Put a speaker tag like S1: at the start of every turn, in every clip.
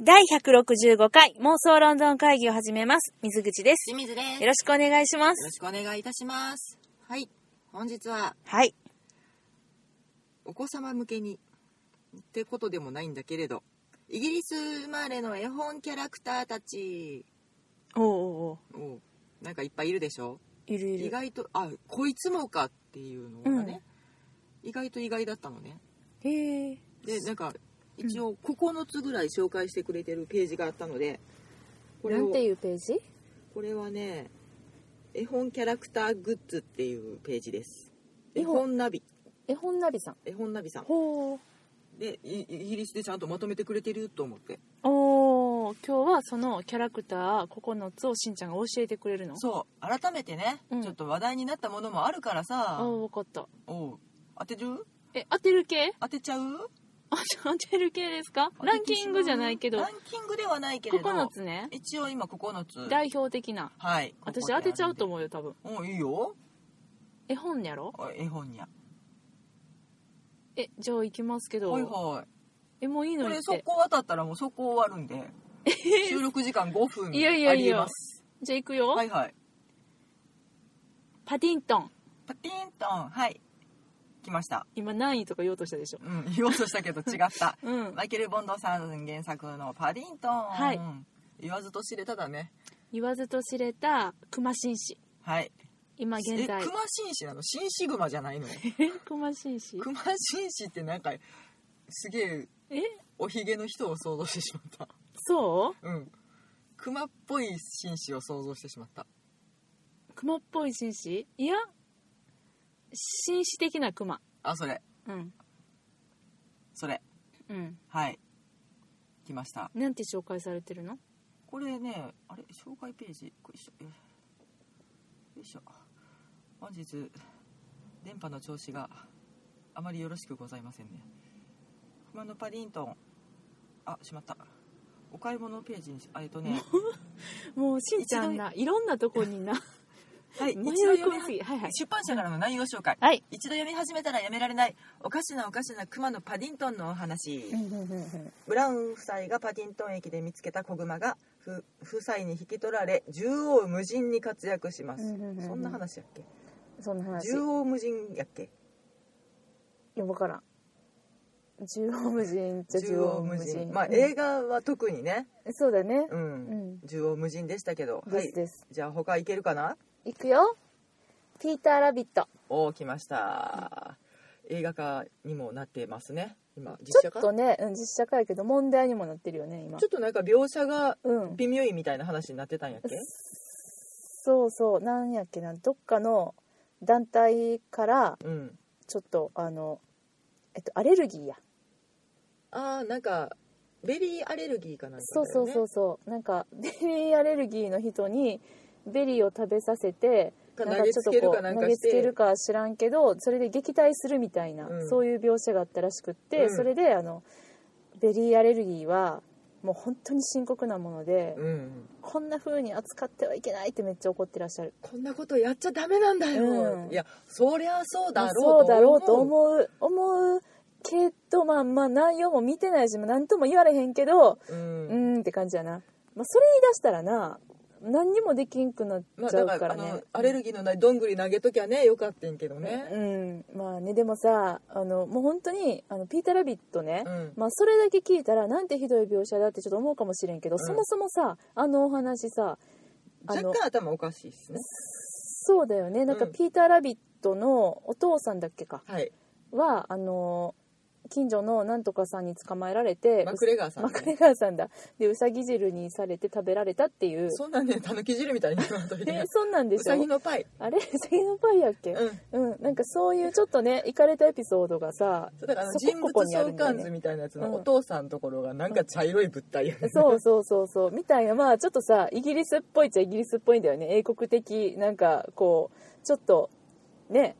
S1: 第165回妄想ロンドン会議を始めます。水口です。
S2: 清水です。
S1: よ
S2: よ
S1: ろしくお願いしま
S2: ろ
S1: す。
S2: しくお願いいたします。はい。本日は
S1: はい。
S2: お子様向けにってことでもないんだけれど、イギリス生まれの絵本キャラクターたち
S1: おうおうおう
S2: をなんかいっぱいいるでしょ。
S1: いるい
S2: 意
S1: る。
S2: 外とあこいつもかっていうのがね、意外と意外だったのね。
S1: へえ。
S2: でなんか一応9つぐらい紹介してくれてるページがあったので、これを
S1: いうページ
S2: これはね絵本キャラクターグッズっていうページです。
S1: 絵
S2: 絵
S1: 本
S2: 本ナビ
S1: 絵本なりさん。
S2: 絵本ナビさん
S1: ほう。
S2: でイイギリスでちゃんとまとめてくれてると思って
S1: おー、今日はそのキャラクター9つをしんちゃんが教えてくれるの
S2: そう改めてね、
S1: うん
S2: ちょっと話題になったものもあるから
S1: あ
S2: さ
S1: あ、わかった。
S2: おう当てる
S1: え、当てる系
S2: 当てちゃう
S1: あ、当てる系ですか
S2: 当ててし
S1: ランキ
S2: まう
S1: ングじゃないけど
S2: ラ、ンキングではないけれど
S1: 9つね。
S2: 一応今9つ
S1: 代表的な。
S2: はい
S1: 私当てちゃうと
S2: 思
S1: 思うよ、多分。
S2: うおういいよ
S1: 絵本やろ
S2: あ絵本にゃ
S1: え、じゃあ行きますけど。
S2: はいは
S1: え、もういい
S2: いこ
S1: の
S2: れ
S1: 言っ
S2: 速
S1: て。
S2: 攻当たったらもう速攻終わるんで収録時間5分あ
S1: いやいやいや
S2: りえます
S1: じゃあ行くよ。
S2: はいはい
S1: パディントン。
S2: パティーントンはい来ました
S1: 今何位とか言おうとしたでしょ。
S2: うん言おうとしたけど違った
S1: うん。
S2: マイケル・ボンドさん原作の「パディントン」
S1: はい
S2: 言わずと知れただね
S1: 言わずと知れた熊紳士。
S2: はい
S1: 今現在
S2: え。クマ紳士なの紳士グマじゃないの
S1: 熊紳士
S2: クマ紳士ってなんかすげえ
S1: え
S2: おひげの人を想像してしまった
S1: そう
S2: うんクマっぽい紳士を想像してしまった
S1: 熊っぽい紳士いや紳士的な熊
S2: あそれ
S1: うん
S2: それ
S1: うん
S2: はい来ました
S1: なんて紹介されてるの
S2: これねあれ紹介ページよいしょよいしょ本日電波の調子があまりよろしくございませんね熊のパディントンあしまったお買い物ページにしあえっとね
S1: もうしんちゃんがいろんなとこ にな
S2: はい一
S1: 迷い
S2: 度読
S1: 込
S2: み
S1: みすぎはいはい
S2: 出版社からの内容紹介
S1: はい
S2: 一度読み始めたらやめられないおかしなおかしな熊のパディントンのお話ブラウン夫妻がパディントン駅で見つけた子熊がふ夫妻に引き取られ縦横無尽に活躍します、そんな話やっけ
S1: そんな話
S2: 縦横無尽やっけ
S1: やばからん縦横無尽じゃ
S2: 縦横無尽まあ映画は特にね
S1: そうだね
S2: う
S1: うんん
S2: 縦横無尽でしたけどはい
S1: です
S2: じゃあ他いけるかない
S1: くよピーター・ラビット
S2: おお来ました映画化にもなってますね今
S1: ち
S2: 実
S1: ょ
S2: 写化
S1: っとね、うん、実写化やけど問題にもなってるよね今
S2: ちょっとなんか描写が
S1: うん
S2: 微妙いみたいな話になってたんやっけ
S1: そうそうなんやっけなどっかの団体から
S2: うん
S1: ちょっとあのえっとアレルギーや、
S2: ああなんかベリーアレルギーかなんかだ
S1: そ
S2: よ
S1: う
S2: ね
S1: そうそうそうなんかベリーアレルギーの人にベリーを食べさせて
S2: か
S1: なん
S2: 投げ
S1: ちょっ
S2: つ
S1: と
S2: ける
S1: こ
S2: か
S1: う
S2: なん
S1: 投
S2: か
S1: げ
S2: し
S1: つけ
S2: て
S1: るか知らんけどそれで撃退するみたいな、
S2: うん
S1: そういう描写があったらしくって、
S2: うん
S1: それであのベリーアレルギーはもう本当に深刻なもので、
S2: うん
S1: こんな風に扱ってはいけないってめっちゃ怒ってらっしゃる
S2: こんなことやっちゃダメなんだよ、
S1: うん
S2: いやそりゃそうだ
S1: そ
S2: ろ
S1: う
S2: う
S1: だ
S2: と
S1: ろ
S2: 思う
S1: うと思う思うけどまあまあ内容も見てないし何とも言われへんけど
S2: うん
S1: うーんって感じやな、まあ、それ言い出したらな何にもできんくなっ
S2: まあ
S1: ちゃ
S2: だ
S1: う
S2: から
S1: から
S2: あ
S1: ね
S2: のアレルギーのないどんぐり投げときゃねよかったんけどね
S1: うんまあねでもさあのもう本当にあのピーター・ラビットね、
S2: うん
S1: まあそれだけ聞いたらなんてひどい描写だってちょっと思うかもしれんけど、そもそもさあのお話さあの
S2: 若干頭おかしいっすね
S1: そうだよねなんか
S2: うん
S1: ピーター・ラビットのお父さんだっけか
S2: はい
S1: はあの近所のなんとかさんに捕まえられて
S2: マクレガーさん、
S1: マクレガーさんだでうさぎ汁にされて食べられたっていう
S2: そんなんねたぬき汁みたいに言わんといて
S1: えそん なんで
S2: う
S1: しょ
S2: さぎのパイ
S1: あれ うさぎのパイやっけ
S2: うん
S1: うん、なんかそういうちょっとねイかれたエピソードがさ
S2: そうだからあの
S1: そ
S2: 人
S1: ここ
S2: 物
S1: こにある
S2: 相
S1: んだよ
S2: 関図
S1: ね
S2: みたいなやつの
S1: うん
S2: お父さんのところがなんか茶色い物体やね
S1: そうそうそうそうみたいなまあちょっとさイギリスっぽいっちゃイギリスっぽいんだよね英国的なんかこうちょっとね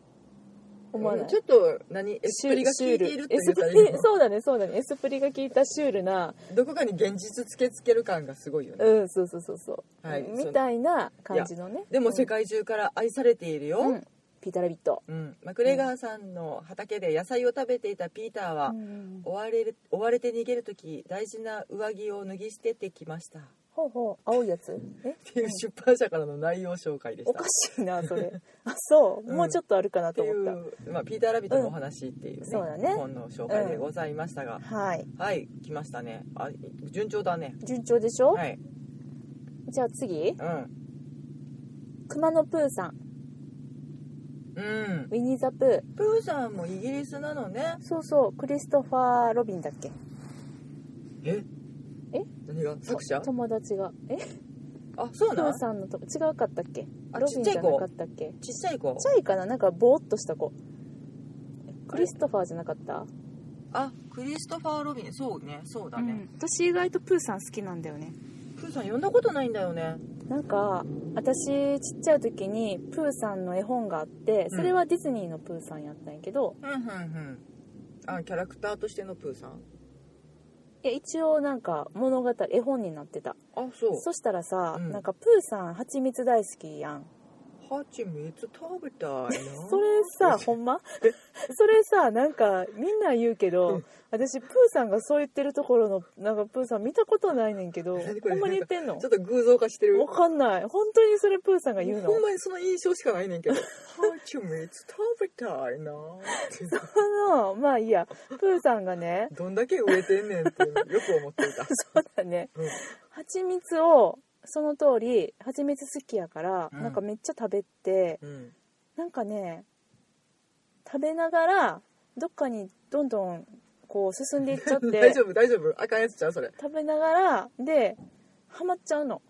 S1: 思わない、
S2: ちょっと何エスプリが効いているって
S1: エ
S2: 言
S1: ス
S2: っ
S1: プ
S2: たらいい
S1: リ
S2: の
S1: そうだねそうだねエスプリが効いたシュールな
S2: どこかに現実つけつける感がすごいよね、
S1: うんそうそうそうそう、
S2: はい
S1: みたいな感じのね
S2: でも世界中から愛されているよ、
S1: うんピーターラビット。
S2: うん、マクレガーさんの畑で野菜を食べていたピーターは、
S1: うん
S2: 追われる追われて逃げる時大事な上着を脱ぎ捨ててきましたっ
S1: ほうほう、青いやつ。え
S2: ていう出版社からの内容紹介でし
S1: お
S2: た
S1: か
S2: っ
S1: しいな、それ。あ、そう。
S2: うん
S1: もうちょっとあるかな
S2: て
S1: と
S2: い
S1: 思っ
S2: う、まあ、ピーター・ラビットのお話っていう,、ね
S1: そうだね
S2: 本の紹介でございましたが
S1: た。、はい。
S2: はい来ましたねあ順調だね
S1: 順調でしょ
S2: はい
S1: じゃあ次。
S2: うん
S1: 熊野プーさん。
S2: うん
S1: ウィニーザプー。
S2: プーさんもイギリスなのね
S1: そうそう、クリストファー・ロビンだっけ
S2: え
S1: え
S2: 何が作者
S1: と友達が。え
S2: あそう
S1: プ
S2: な
S1: ー
S2: ん
S1: さんのとこ、違かったっけ
S2: あ
S1: ロ
S2: ち
S1: ビ
S2: っ
S1: ン
S2: ちゃ
S1: じ
S2: い
S1: ゃなか
S2: 子
S1: ったっけ
S2: ちっちゃい子
S1: ちっちゃいかななんかぼーっとした子。クリストファーじゃなかった
S2: あクリストファー・ロビンそうねそうだ
S1: う
S2: ね
S1: ん、私意外とプーさん好きなんだよね
S2: プーさん呼んだことないんだよね
S1: なんか私ちっちゃい時にプーさんの絵本があってそれはディズニーのプーさんやったんやけど、
S2: うんうんうんあキャラクターとしてのプーさん
S1: いや一応なんか物語絵本になってた
S2: あそう
S1: そしたらさ、
S2: うん
S1: なんかプーさん蜂蜜大好きやん
S2: ハチミツ食べたいな
S1: それさほんま それさなんかみんな言うけど、
S2: うん
S1: 私プーさんがそう言ってるところのなんかプーさん見たことないねんけど
S2: 何これ
S1: ほんまに言ってんの
S2: ちょっと偶像化してる
S1: わかんない本当にそれプーさんが言うの
S2: ほんまにその印象しかないねんけ どハチミツ食べたいなって
S1: あのまあいいやプーさんが ね
S2: どんだけ植えてんねんっていうのよく思っていた
S1: そうだね
S2: うん
S1: 蜂蜜をその通り蜂蜜好きやから、
S2: うん
S1: なんかめっちゃ食べて
S2: うん
S1: なんかね食べながらどっかにどんどんこう進んでいっちゃっ
S2: 大
S1: て
S2: 丈夫大丈夫あかんやつちゃうそれ
S1: 食べながらでハマっちゃうの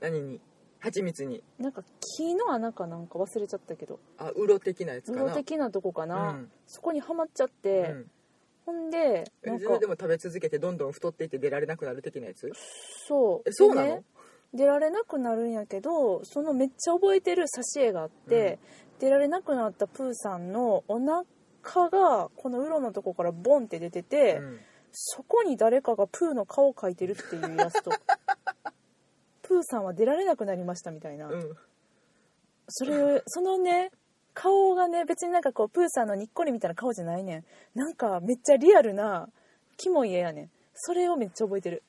S2: 何にハチミツに
S1: なんか木の穴かなんか忘れちゃったけど
S2: あウロ的なやつ
S1: 無
S2: かな
S1: 的なとこかな、
S2: うん
S1: そこにはまっちゃって、
S2: うん
S1: ほんで
S2: え
S1: なん
S2: それ
S1: か
S2: でも食べ続けてどんどん太っていって出られなくなる的なやつ
S1: そう
S2: えそうな
S1: で
S2: の
S1: ね出られなくなるんやけどそのめっちゃ覚えてる挿絵があって、出られなくなったプーさんのお腹がこのウロのとこからボンって出てて、
S2: うん
S1: そこに誰かがプーの顔を描いてるっていうイラス トプーさんは出られなくなりましたみたいな、
S2: うん
S1: それそのね顔がね別になんかこうプーさんのにっこりみたいな顔じゃないねんなんかめっちゃリアルなキモい絵やねんそれをめっちゃ覚えてる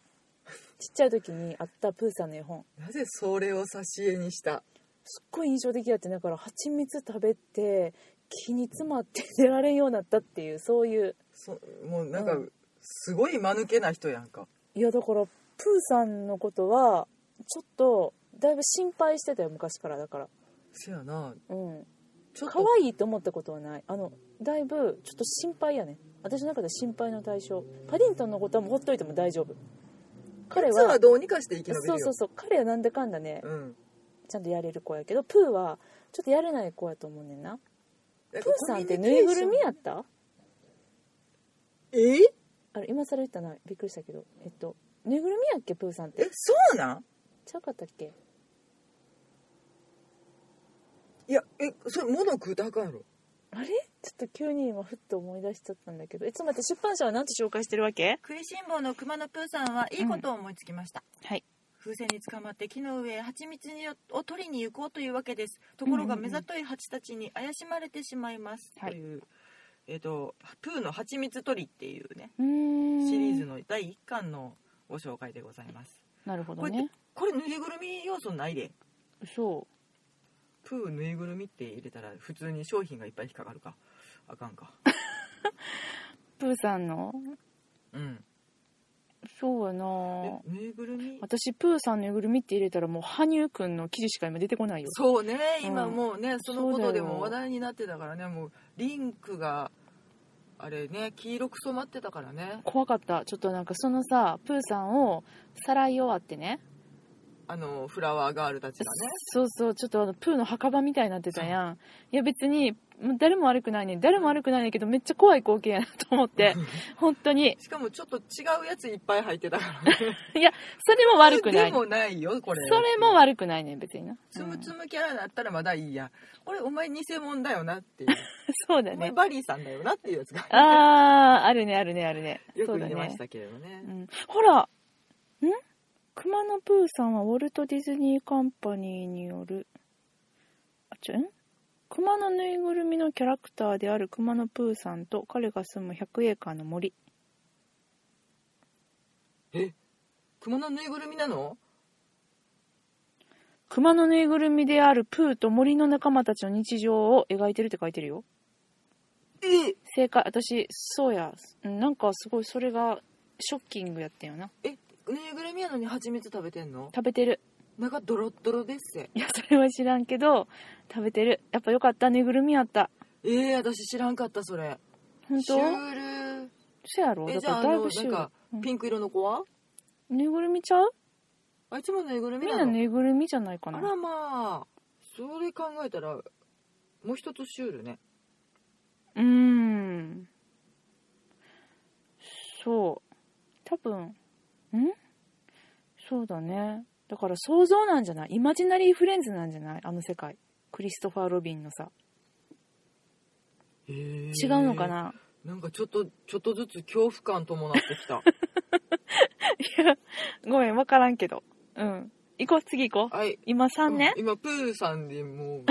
S1: ちっちゃい時にあったプーさんの絵本
S2: なぜそれを挿絵にした
S1: すっごい印象的やってだから蜂蜜食べて気に詰まって出られんようになったっていうそういう
S2: そもうなんか、
S1: う
S2: すごい間抜けな人やんか
S1: いやだからプーさんのことはちょっとだいぶ心配してたよ昔からだから
S2: せやな
S1: うん
S2: ちょっ
S1: 可
S2: と
S1: 愛いと思ったことはないあのだいぶちょっと心配やね私の中で心配の対象パディントンのことはもうほっといても大丈夫彼
S2: 実は
S1: は
S2: どうにかして生き延びる
S1: そ
S2: よ
S1: うそうそう彼はなんだかんだね
S2: うん
S1: ちゃんとやれる子やけどプーはちょっとやれない子やと思うねんな
S2: プ
S1: プーさんってぬいぐるみやった
S2: え
S1: あれ今更言ったなびっくりしたけどえっとぬいぐるみやっけプーさんって
S2: えそうなん
S1: ちゃうかったっけ
S2: いやえそれ物食うたらあかんやろ
S1: あれちょっと急に今ふっと思い出しちゃったんだけどえちょっと待って出版社は何て紹介してるわけ
S2: 食いしん坊の熊野プーさんはいいことを思いつきました、
S1: はい
S2: 風船に捕まって木の上へ蜂蜜を取りに行こうというわけですところが
S1: うんうんう
S2: 目
S1: ん
S2: ざとい蜂たちに怪しまれてしまいます、
S1: はい
S2: というえっ、とプーの蜂蜜取りっていうね
S1: うーん
S2: シリーズの第1巻のご紹介でございます
S1: なるほど
S2: こうやっ
S1: ね
S2: てこれぬいぐるみ要素ないで
S1: そう
S2: プーぬいぐるみって入れたら普通に商品がいっぱい引っかかるかあかんか
S1: プーさんの
S2: うん
S1: そうや
S2: え
S1: な
S2: ぬいぐるみ
S1: 私プーさんのぬいぐるみって入れたらもう羽生くんの記事しか今出てこないよ
S2: そうね
S1: うん
S2: 今もうね、そのこ
S1: そ
S2: と
S1: うだ
S2: で
S1: よ
S2: も話題になってたからねもうリンクがあれね黄色く染まってたからね
S1: 怖かったちょっとなんかそのさプーさんをさらい終わってね
S2: あのフラワーガールたちがね
S1: そうそうちょっとあのプーの墓場みたいになってたやんいや別にもう誰も悪くないね誰も悪くないねんけどめっちゃ怖い光景やなと思って 本当に
S2: しかもちょっと違うやついっぱい入ってたからね
S1: それも悪くない
S2: でもないよこれ
S1: それも悪くないねん別にな、
S2: つ
S1: う
S2: む
S1: ん
S2: つむキャラだったらまだいいやこれお前偽物だよな っていう
S1: そうだ
S2: お前
S1: ね
S2: バリーさんだよなっていうやつが
S1: ああーあるねあるねあるね
S2: よ
S1: そ
S2: く
S1: うだ
S2: 言ってま
S1: ね
S2: したけれどね
S1: うんほら、ん熊野プーさんはウォルト・ディズニー・カンパニーによる、あ、ちょ、ん熊のぬいぐるみのキャラクターである熊のプーさんと彼が住む100エーカーの森
S2: え熊のぬいぐるみなの
S1: 熊のぬいぐるみであるプーと森の仲間たちの日常を描いてるって書いてるよ
S2: え
S1: 正解私そうやうんなんかすごいそれがショッキングやったよな
S2: えぬいぐるみやのに初めて食べてんの
S1: 食べてる
S2: 中ドロッドロですって
S1: いやそれは知らんけど食べてるやっぱよかったぬいぐるみやった
S2: えー、私知らんかったそれ
S1: 本当
S2: シュール
S1: そうやろ
S2: え
S1: だ
S2: じ
S1: か
S2: ゃあ
S1: ら
S2: あ
S1: だい
S2: の
S1: ぶ
S2: な
S1: シ
S2: ん
S1: ュー
S2: か
S1: ルうん
S2: ピンク色の子は
S1: ぬいぐるみちゃう
S2: あいつもぬいぐるみ
S1: みん
S2: な
S1: な
S2: の
S1: ぬいぐるみじゃないか
S2: あ
S1: な
S2: らまあそれ考えたらもう一つシュールね
S1: うーんそう多分んそうだねだから想像なんじゃないイマジナリーフレンズなんじゃないあの世界クリストファー・ロビンのさ
S2: 違
S1: 違うのかな、
S2: なんかちょっとちょっとずつ恐怖感伴って きた
S1: いやごめん分からんけどうん行こう次行こう
S2: はい
S1: 今3ね
S2: うん、今プーさんでも う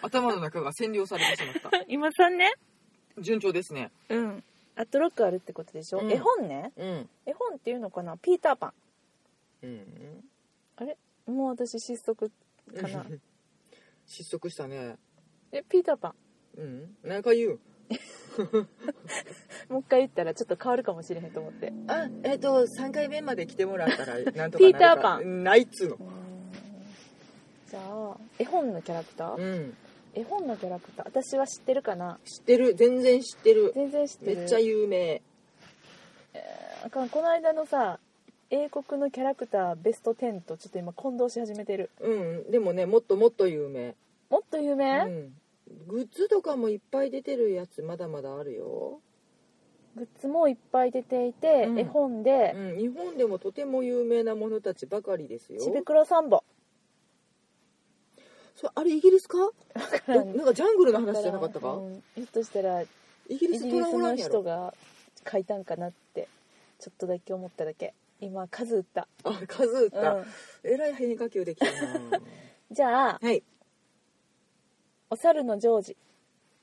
S2: 頭の中が占領されてしまっ
S1: 今3ね
S2: た順調ですね
S1: うんアットロックあるってことでしょ、
S2: うん
S1: 絵本ね
S2: うん
S1: 絵本っていうのかなピーターパ
S2: うん
S1: ンもう私失速かな
S2: 失速したね
S1: えピーターパン
S2: うん何か言う
S1: もう一回言ったらちょっと変わるかもしれへんと思って
S2: あえっ、と3回目まで来てもらった らなんとかなるか
S1: ピーターパ
S2: ンないっつうの
S1: じゃあ絵本のキャラクター、
S2: うん
S1: 絵本のキャラクター私は知ってるかな
S2: 知ってる全然知ってる
S1: 全然知って
S2: め
S1: る
S2: っちゃ有名
S1: あかんこの間のさ英国のキャラクターベスト10とちょっと今混同し始めてる
S2: うんでもねもっともっと有名
S1: もっと有名、
S2: うん、グッズとかもいっぱい出てるやつまだまだあるよ、
S1: グッズもいっぱい出ていて、
S2: うん
S1: 絵本で
S2: う、ん、日本でもとても有名なものたちばかりですよ
S1: ちびくろサンボ
S2: それあれイギリスかえ
S1: らん
S2: なんかジャングルの話じゃなかったか、
S1: うんひょっとしたらイ
S2: イ
S1: ギ
S2: ギリ
S1: リ
S2: ストラ
S1: ス
S2: オラ
S1: の
S2: ンや
S1: 人
S2: ろ
S1: が書いたんかなってちょっとだけ思っただけ今数打った、
S2: あ数打った、
S1: うん
S2: えらい変化球できたな
S1: じゃあ
S2: はい
S1: お猿のジョージ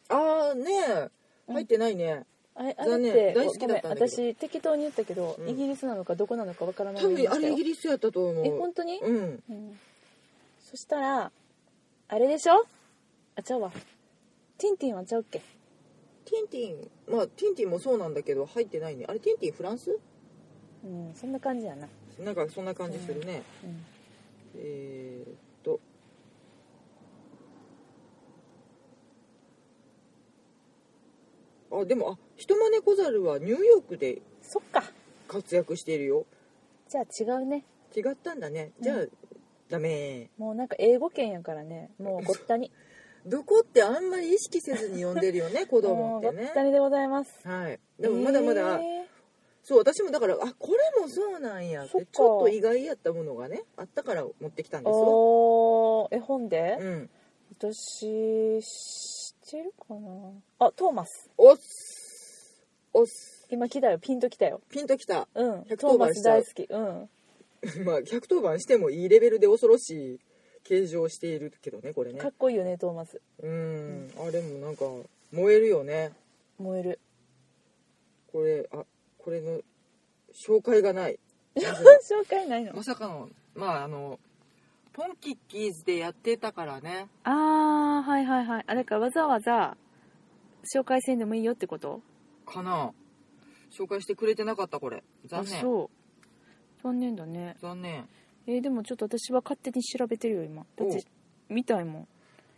S2: ああねえ入ってないね、
S1: あれあれっ
S2: 残念
S1: て
S2: 大好き
S1: ご
S2: だ
S1: め
S2: っ
S1: ん
S2: たんだけど
S1: 私適当に言ったけど、
S2: うん
S1: イギリスなのかどこなのかわからない
S2: 多分あれイギ
S1: リ
S2: リスやったと思う
S1: え本当に、
S2: うん
S1: うんそしたらあれでしょあちゃうわティンティンはちゃうっけ
S2: ティンティンまあティンティンもそうなんだけど入ってないねあれティンティンフランス
S1: うんそんな感じやな、
S2: なんかそんな感じするね、
S1: うん
S2: えーっとあでもあヒトマネコザルはニューヨークで
S1: そっか
S2: 活躍しているよ
S1: じゃあ違うね
S2: 違ったんだねじゃあ、
S1: う
S2: ダメ
S1: もうなんか英語圏やからねもうごったに
S2: どこってあんまり意識せずに呼んでる よね子供
S1: も
S2: っ
S1: うご
S2: て
S1: っ
S2: ね
S1: たにでございます
S2: はいでもまだまだ、
S1: え
S2: そう私もだからあこれもそうなんやっ
S1: そってか
S2: ちょっと意外やったものがねあったから持ってきたん
S1: ー、
S2: ですよ、
S1: おー絵本で、
S2: うん、
S1: 私知ってるかなあトーマス
S2: おっすおっす
S1: 今来たよピンと来たよ
S2: ピンときた
S1: うん
S2: 110
S1: トーマス大好きうん
S2: まあ110番してもいいレベルで恐ろしい形状をしているけどねこれね
S1: かっこいいよねトーマス
S2: うんあれもなんか燃えるよね
S1: 燃え る
S2: これあこれの紹介がない
S1: 紹介ないの
S2: まさかのまああのポンキッキーズでやってたからね
S1: あーはいはいはいあだからわざわざ紹介せんでもいいよってこと
S2: かな紹介してくれてなかったこれ残
S1: あ
S2: 念
S1: そう残念だね
S2: 残念
S1: えーでもちょっと私は勝手に調べてるよ今だ
S2: お
S1: って見たいもん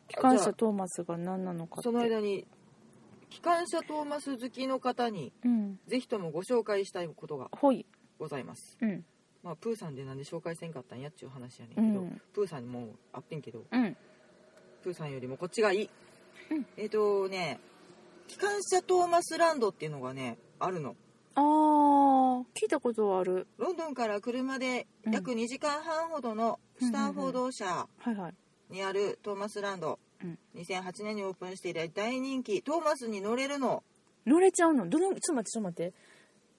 S1: 機関車トーマスが何なのかって
S2: その間に機関車トーマス好きの方に
S1: うん
S2: ぜひともご紹介したいことが
S1: ほい
S2: ございます
S1: うん
S2: まあプーさんでなんで紹介せんかったんやっちゅう話やねんけ
S1: う
S2: ど、
S1: ん
S2: プーさんにもあってんけど
S1: うん
S2: プーさんよりもこっちがいい、
S1: うん
S2: えっ、とね機関車トーマスランドっていうのがねあるの
S1: あー聞いたことある
S2: ロンドンから車で約2時間半ほどのスタンフォード社
S1: はいはい
S2: にあるトーマスランド、
S1: うん
S2: 2008年にオープンして以来大人気トーマスに乗れるの
S1: 乗れちゃうのどのちょっと待ってちょっと待って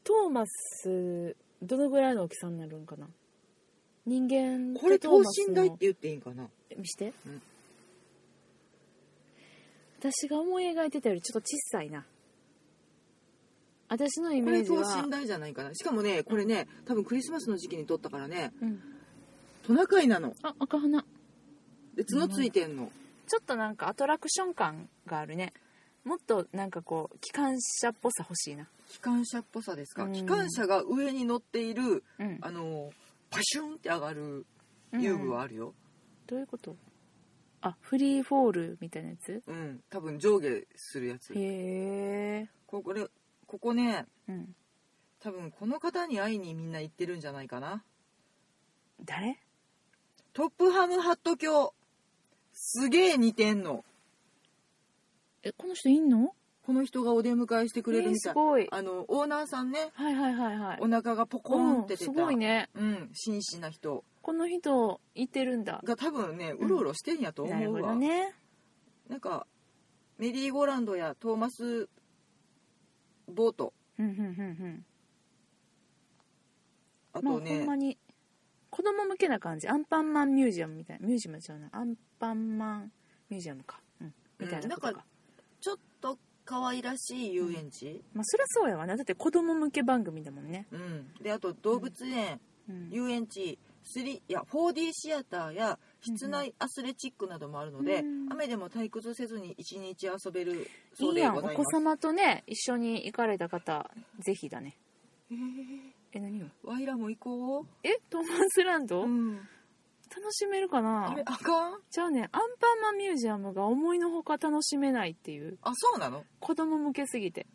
S1: トーマスどのぐらいの大きさになるんかな人間と
S2: これ
S1: トー
S2: 等
S1: マス
S2: 身
S1: の
S2: 大って言っていいんかな
S1: 見して、
S2: うん
S1: 私が思い描いてたよりちょっと小さいな私のイ
S2: こ
S1: メー
S2: れ
S1: ジは
S2: 等身大じゃないかなしかもねこれね多分クリスマスの時期に撮ったからね
S1: うん、
S2: トナカイなの
S1: あ赤花
S2: で角ついてんの
S1: ちょっとなんかアトラクション感があるねもっとなんかこう機関車っぽさ欲しいな
S2: 機関車っぽさですか、
S1: うん
S2: 機関車が上に乗っている
S1: うん
S2: あのパシュンって上がる遊具はあるよ、
S1: どういうことあフリーフォールみたいなやつ
S2: うん多分上下するやつ
S1: へえ
S2: ここれここね
S1: うん
S2: 多分この方に会いにみんな行ってるんじゃないかな
S1: 誰
S2: トップハムハット卿すげえ似てんの
S1: えこの人いんの
S2: この人がお出迎えしてくれる
S1: えー
S2: みた
S1: す
S2: い、
S1: ごい
S2: あのオーナーさんね
S1: はいはいはいはい
S2: お腹がポコンって出
S1: うん
S2: た、
S1: すごいね
S2: うん紳士な人
S1: この人いてるんだ
S2: が多分ね
S1: ん
S2: うろうろしてんやと思
S1: なる
S2: う
S1: ほ
S2: わ、
S1: どね
S2: なんかメリーゴーランドやトーマスボート
S1: うんうんうん
S2: あ
S1: うんまあほ
S2: と
S1: ん
S2: ね、
S1: まに子供向けな感じアンパンマンミュージアムみたいなミュージアムちゃうなアンパンマンミュージアムか、うん、みたいなことか,、
S2: うんなんちょっと可愛らしい遊園地、
S1: まあそりゃそうやわなだって子供向け番組だもんね、
S2: うんであと動物園、
S1: うん、
S2: 遊園地スリいや 4D シアターや室内アスレチックなどもあるので、
S1: うん
S2: 雨でも退屈せずに一日遊べるそ
S1: いうい
S2: で
S1: やん
S2: ご
S1: お
S2: ざい
S1: 子
S2: ます
S1: 様とね一緒に行かれた方ぜひだね
S2: へえ
S1: え何よ
S2: ワイらも行こう
S1: えトーマスランド、
S2: うん、
S1: 楽しめるかな
S2: あれあかん
S1: じゃあねアンパンマンミュージアムが思いのほか楽しめないっていう
S2: あそうなの
S1: 子供向けすぎて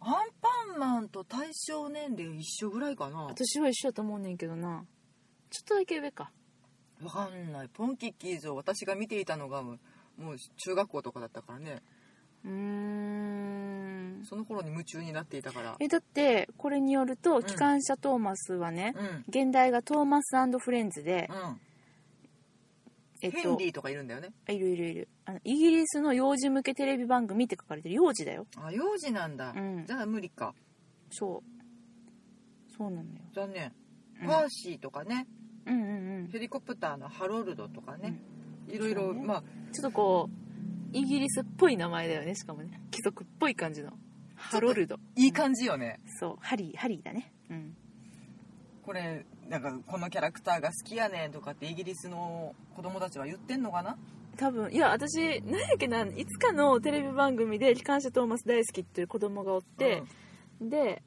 S2: アンパンマンと対象年齢一緒ぐらいかな
S1: 私は一緒だと思うねんけどなちょっとだけ上か
S2: わかんないポンキッキーズを私が見ていたのがもうもう中学校とかだったからね
S1: うーん
S2: その頃に夢中になっていたから
S1: えだってこれによると
S2: ん
S1: 機関車トーマスはね、
S2: うんうん
S1: 現代がトーマスフレンズで、えっ
S2: ヘ
S1: と
S2: ンリーとかいるんだよね
S1: あいるいるいるあのイギリスの幼児向けテレビ番組って書かれてる幼児だよ
S2: あ幼児なんだ、
S1: うん
S2: じゃあ無理か
S1: そうそうなのよ、
S2: 残念
S1: うん
S2: パーシーとかね
S1: うんうん
S2: ヘリコプターのハロルドとかね、いろい
S1: そ
S2: ろ、
S1: うね
S2: まあ
S1: うんちょっとこうイギリスっぽい名前だよねしかもね貴族っぽい感じのハロルド
S2: いい感じよね、
S1: そうハリーハリーだねうん
S2: これなんかこのキャラクターが好きやねんとかってイギリスの子供たちは言ってんのかな
S1: 多分いや私何やっけないつかのテレビ番組で「機関車トーマス大好き」っていう子供がおって、で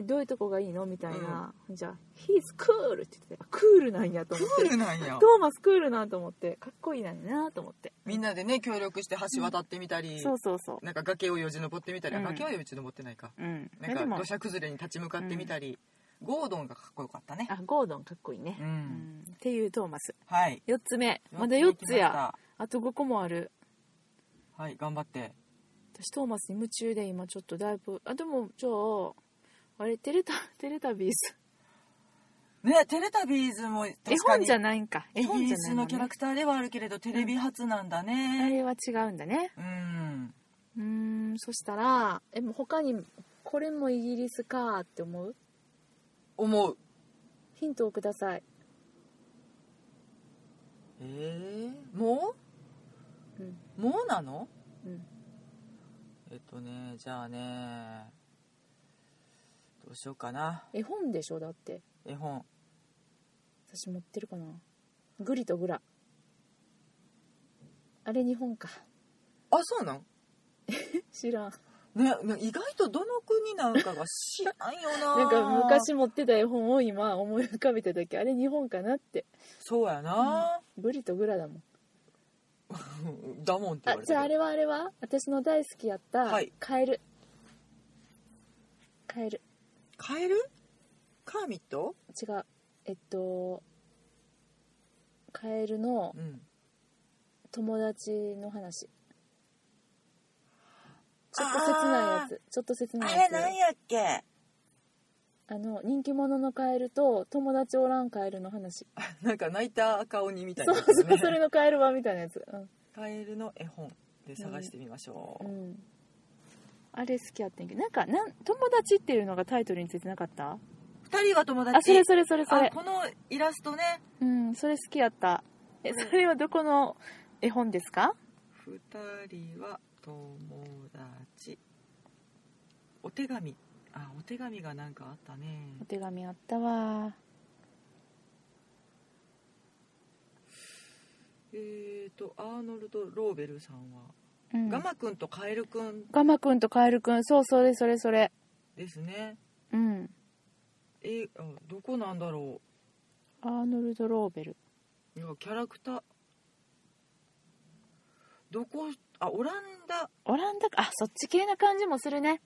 S1: どういうとこがいいのみたいな、じゃあ「He's cool」って言ってたクールなんやと
S2: うん、ク
S1: 思っ
S2: ー
S1: て
S2: ルなんや
S1: トーマスクールなと思ってかっこいいなんやなと思って
S2: みんなでね協力して橋渡ってみたり、
S1: そうそうそう
S2: なんか崖をよじ登ってみたり、あ
S1: うん
S2: 崖はよじ登ってないか
S1: うんい
S2: な
S1: やで
S2: んか
S1: も
S2: 土砂崩れに立ち向かってみたり、ゴードンがかっこよかったね
S1: あゴードンかっこいいね
S2: うん、
S1: うんっていうトーマス
S2: はい
S1: 4つ目まだ4つや
S2: 行きま
S1: あと5個もある
S2: したはい頑張って
S1: 私トーマスに夢中で今ちょっとだいぶあでもじゃああれテレタ テレタビーズ
S2: ねテレタビーズも確か
S1: 絵
S2: に
S1: 本じゃないんか絵
S2: イギ
S1: 本じゃ
S2: リ
S1: な
S2: ス
S1: い
S2: のキャラ
S1: ね
S2: クターではあるけれどテレビ初なんだ
S1: あ
S2: ね
S1: れは違うんだね
S2: うん、
S1: うーんそしたらえもう他にこれもイギリスかって思う
S2: 思う
S1: ヒントをください、
S2: えー、も
S1: うん
S2: うもうなの
S1: うん、
S2: えっとねじゃあねどうしようかな
S1: 絵本でしょだって
S2: 絵本
S1: 私持ってるかなグリとグラあれ日本か
S2: あそうなん
S1: 知らん
S2: ね、ね意外とどの国なんかが知らんよな
S1: なんか昔持ってた絵本を今思い浮かべた時あれ日本かなって
S2: そうやな、
S1: グリとグラだもん
S2: だもんって言
S1: あ
S2: われて
S1: じ
S2: る
S1: ゃああれはあれは私の大好きやった、
S2: はい
S1: カエルカエル
S2: カエルカーミット
S1: 違うえっとカエルの
S2: うん
S1: 友達の話ちょっと切ないやつちょっと切ないやつ
S2: やっけ
S1: あの人気者のカエルと友達おらんカエルの 話
S2: なんか泣いた赤鬼みたい
S1: そ
S2: な
S1: う
S2: や
S1: そ
S2: つね
S1: うそれのカエル版みたいなやつう
S2: カエルの絵本で探してみましょう、
S1: ん、うん、あれ好きやってんけどなんかなん「友達」っていうのがタイトルについてなかった
S2: 二人は友
S1: あそれそれそれそ
S2: あ
S1: れ
S2: このイラストね
S1: うん、それ好きやった。え、それはどこの絵本ですか
S2: 二人は友達お手紙あお手紙がなんかあったね
S1: お手紙あったわ
S2: えーとアーノルド・ローベルさんは、
S1: うん
S2: ガマくんとカエルくん
S1: ガマくんとカエルくんそうそれそれそれ
S2: ですね
S1: うん
S2: えあどこなんだろ
S1: アーノルド・ローベル
S2: ういやキャラクターどこあオランダ
S1: オランダかあそっち系な感じもするね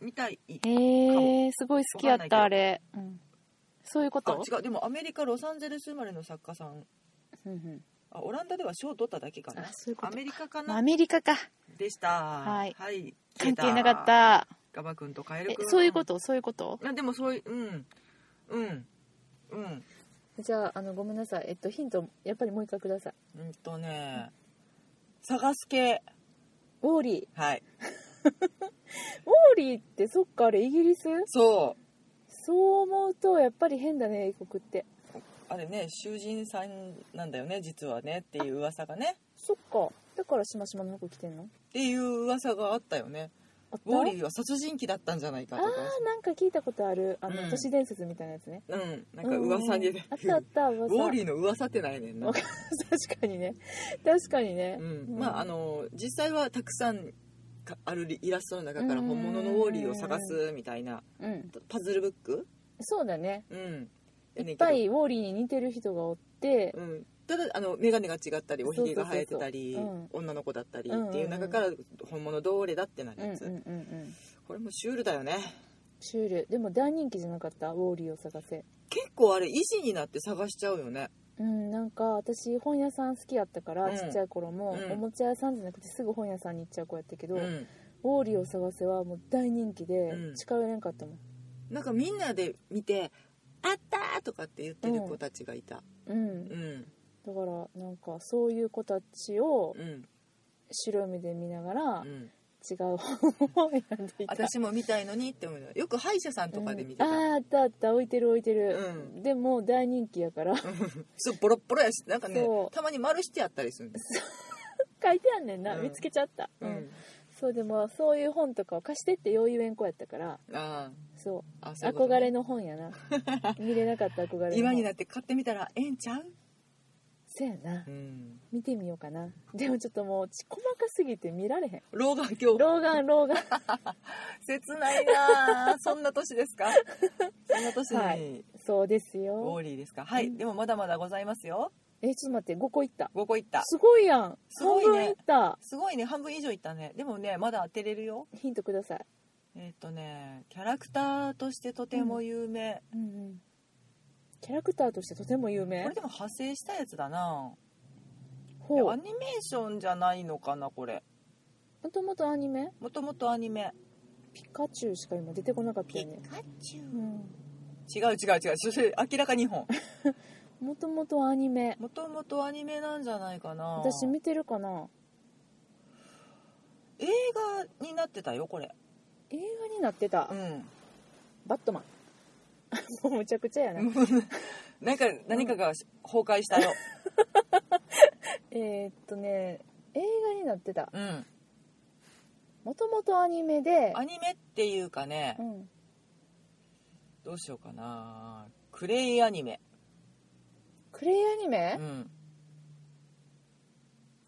S2: みたい
S1: へ
S2: か
S1: えすごい好きやっ
S2: わかんないけど
S1: たあれ、うん、そういうこ
S2: あ
S1: と
S2: 違うでもアメリカロサンゼルス生まれの作家さん
S1: うんうん
S2: あオランダでは賞を取っただけかな
S1: あそういうこと
S2: アメリカか
S1: まあ
S2: な
S1: アメリカか
S2: でした
S1: はい
S2: はい、
S1: 関係なかった
S2: ガバ君とカエル
S1: え
S2: 君
S1: そういうことそういうこと
S2: あでもそういううんうんうん
S1: じゃああのごめんなさいえっとヒントやっぱりもう一回ください
S2: うんとね探す系
S1: ウォーリー
S2: はい
S1: ウォーリーってそっかあれイギリス
S2: そう
S1: そう思うとやっぱり変だね英国って
S2: あれね囚人さんなんだよね実はねっていう噂がね
S1: そっかだからしましまの服着てんの
S2: っていう噂があったよね
S1: あった
S2: ウォーリーは殺人鬼だったんじゃないか
S1: あ
S2: とか
S1: ーなんか聞いたことあるあの、
S2: うん
S1: 都市伝説みたいなやつね
S2: うんなんか噂に
S1: うんあったあった
S2: ウ
S1: 噂
S2: ォーリーの噂ってないねんな
S1: わか確かにね確かにね、
S2: うん、まああの実際はたくさんかあるイラストの中から
S1: うん
S2: 本物のウォーリーを探すみたいな
S1: うん
S2: パズルブック
S1: そうだね
S2: うんや
S1: いっ
S2: ねんけど
S1: ぱいウォーリーに似てる人がおって、
S2: うん、ただあの眼鏡が違ったりおひげが生えてたり
S1: そうそうそうそう
S2: 女の子だったりっていう中から本物どれだってなる
S1: うん、うん
S2: や
S1: うん
S2: つ、
S1: うん
S2: これもシュールだよね
S1: シュールでも大人気じゃなかったウォーリーを探せ
S2: 結構あれ意地になって探しちゃうよね
S1: うんなんか私本屋さん好きやったから、
S2: うん
S1: ちっちゃい頃も、
S2: うん
S1: おもちゃ屋さんじゃなくてすぐ本屋さんに行っちゃう子やったけど、
S2: う
S1: ウ
S2: ん
S1: ォーリーを探せはもう大人気で、
S2: うん
S1: 近寄れんかったもん
S2: なんかみんなで見て「あった!」とかって言ってる子たちがいた
S1: うん
S2: う
S1: だ
S2: ん
S1: からなんかそういう子たちを
S2: うん
S1: 白い目で見ながら
S2: う、ん
S1: 違う本を選んでいた
S2: 私も見たいのにって思うのよく歯医者さんとかで見てた、
S1: うんあーあったあった置いてる置いてる、
S2: う
S1: でも大人気やから書
S2: そうボロッボロやしなんかね
S1: そう
S2: たまに丸してあったりするんです、
S1: いてあんねんな、
S2: うん
S1: 見つけちゃった、
S2: う
S1: うん
S2: ん、
S1: そうでもそういう本とかを貸してってよう言えん子やったから
S2: あ
S1: そう
S2: ーあそういうこと
S1: 憧れ
S2: ね
S1: の本や な見れなかった憧れの本
S2: 今になって買ってみたらええんちゃう、
S1: そやな
S2: うん、
S1: 見てみようかなでもちょっともうち細かすぎて見られへん
S2: 老眼鏡
S1: 老眼老眼
S2: 切ないな あそんな年ですかそんな年に、
S1: はいそうです
S2: ウォ
S1: よ
S2: ーリーですかはい、
S1: うん
S2: でもまだまだございますよ
S1: えちょっと待って5個いった
S2: 5個いった
S1: すごいやん
S2: すごい
S1: 半
S2: ね
S1: 分いった
S2: すごいね半分以上いったねでもねまだ当てれるよ
S1: ヒントください
S2: えーっ、とねキャラクターとしてとても有名、
S1: うんうんキャラクターとしてとても有名
S2: これでも派生したやつだな
S1: ほう
S2: アニメーションじゃないのかなこれ
S1: もともとアニメ
S2: もともとアニメ
S1: ピカチュウしか今出てこなかったよね
S2: カチュ
S1: うん
S2: 違う違う違うそれ明らか日 本
S1: もともとアニメ
S2: もともとアニメなんじゃないかな
S1: 私見てるかな
S2: 映画になってたよこれ
S1: 映画になってた、
S2: うん
S1: バットマン もうむちゃくちゃやな、
S2: なんか何かが崩壊したよ
S1: えーっとね映画になってた
S2: うん
S1: もともとアニメで
S2: アニメっていうかね
S1: うん、
S2: どうしようかなクレイアニメ
S1: クレイアニメ、
S2: うん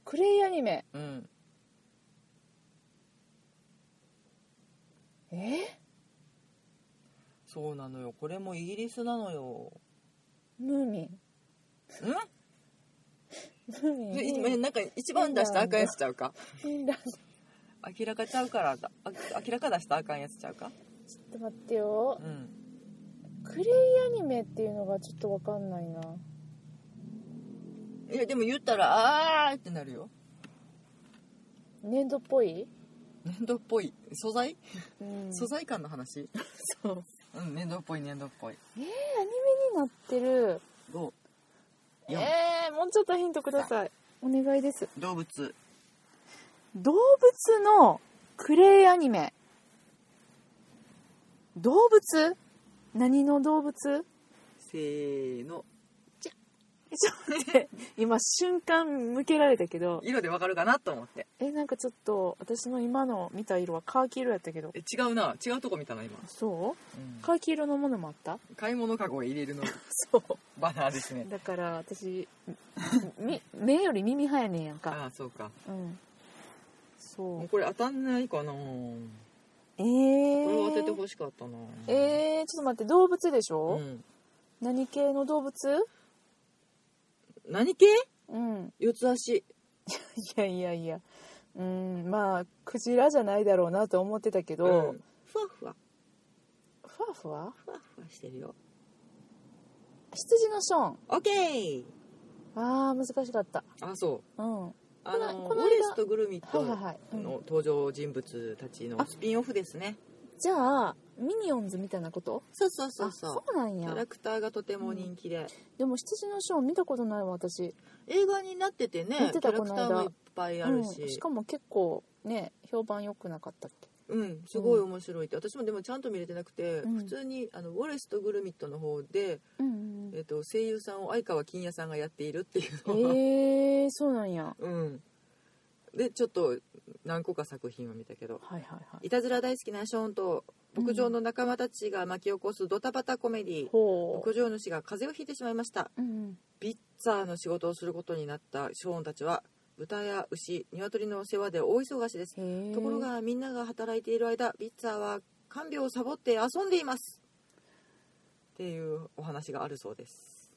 S1: クレイアニメ
S2: うん
S1: えー
S2: そうなのよこれもイギリスなのよ
S1: ムーミン
S2: ん
S1: ムーミン
S2: で
S1: フィ
S2: 今
S1: ン
S2: なんか一番出したらあかんやつちゃうか
S1: フィンランドち
S2: 明らかちゃうからだあ明らか出したらあかんやつちゃうか
S1: ょっと待ってよ
S2: うん
S1: クレイアニメっていうのがちょっとわかんないない
S2: やでも言ったらあーってなる よ
S1: 粘土っぽい、
S2: 粘土っぽい素材、
S1: うん、
S2: 素材感の話
S1: そう
S2: うん粘土っぽい粘土っぽい
S1: アニメになってる
S2: どう四
S1: えー、もうちょっとヒントくださいお願いです
S2: 動物
S1: 動物のクレイアニメ動物何の動物
S2: せーの
S1: ちょっと待って今瞬間向けられたけど
S2: 色でわかるかなと思って
S1: えなんかちょっと私の今の見た色はカーキ色やったけど
S2: え違うな違うとこ見たな今、
S1: そう
S2: うん
S1: カーキ色のものもあった
S2: 買い物カゴへ入れるの
S1: そう
S2: バナーで すね
S1: だから私み目より耳早いねんやんか
S2: ああそうか
S1: うんそ
S2: もう
S1: う
S2: これ当たんないか
S1: え
S2: なこれを当てて
S1: ー、
S2: ほしかったな
S1: えー、ちょっと待って動物でしょ、
S2: うん、
S1: 何系の動物
S2: 何系
S1: うん
S2: 四つ足
S1: いやいやいやうんまあクジラじゃないだろうなと思ってたけど、
S2: んふわふわ
S1: ふわふわ
S2: ふわふわしてるよ
S1: 羊のショーン
S2: オッケー
S1: あー難しかった
S2: あそう
S1: うんは
S2: あ
S1: この
S2: の
S1: この間
S2: ウォレスとグルミ
S1: い
S2: と
S1: はい
S2: の
S1: はい、うん
S2: 登場人物たちの
S1: あ
S2: スピンオフですね
S1: じゃあミニオンズみたいなこと
S2: そうそうそう
S1: あ
S2: そ
S1: そうなん
S2: うキャ
S1: や
S2: ラクターがとても人気で、
S1: でも羊のショーン見たことないわ私
S2: 映画になっててね
S1: 見てた
S2: キャラクター
S1: この
S2: も
S1: 間
S2: いっぱいあるし、
S1: うん、しかも結構ね評判良くなかったっけ
S2: うん、すごい面白いって、私もでもちゃんと見れてなくて、
S1: うん
S2: 普通にあのウォレスとグルミットの方で、
S1: うん
S2: えっと声優さんを相川欽也さんがやっているっていうのを、
S1: えー、そうなんやは
S2: うん、でちょっと何個か作品を見たけど
S1: いはいはい
S2: いたずら大好きなショーンと牧場の仲間たちが巻き起こすドタバタコメディ、
S1: ほ
S2: 牧場主が風邪をひいてしまいました
S1: う、うんうん、
S2: ピッツァーの仕事をすることになったショーンたちは豚や牛鶏のお世話で大忙しです
S1: へー
S2: ところがみんなが働いている間ビッツァーは看病をサボって遊んでいますっていうお話があるそうです、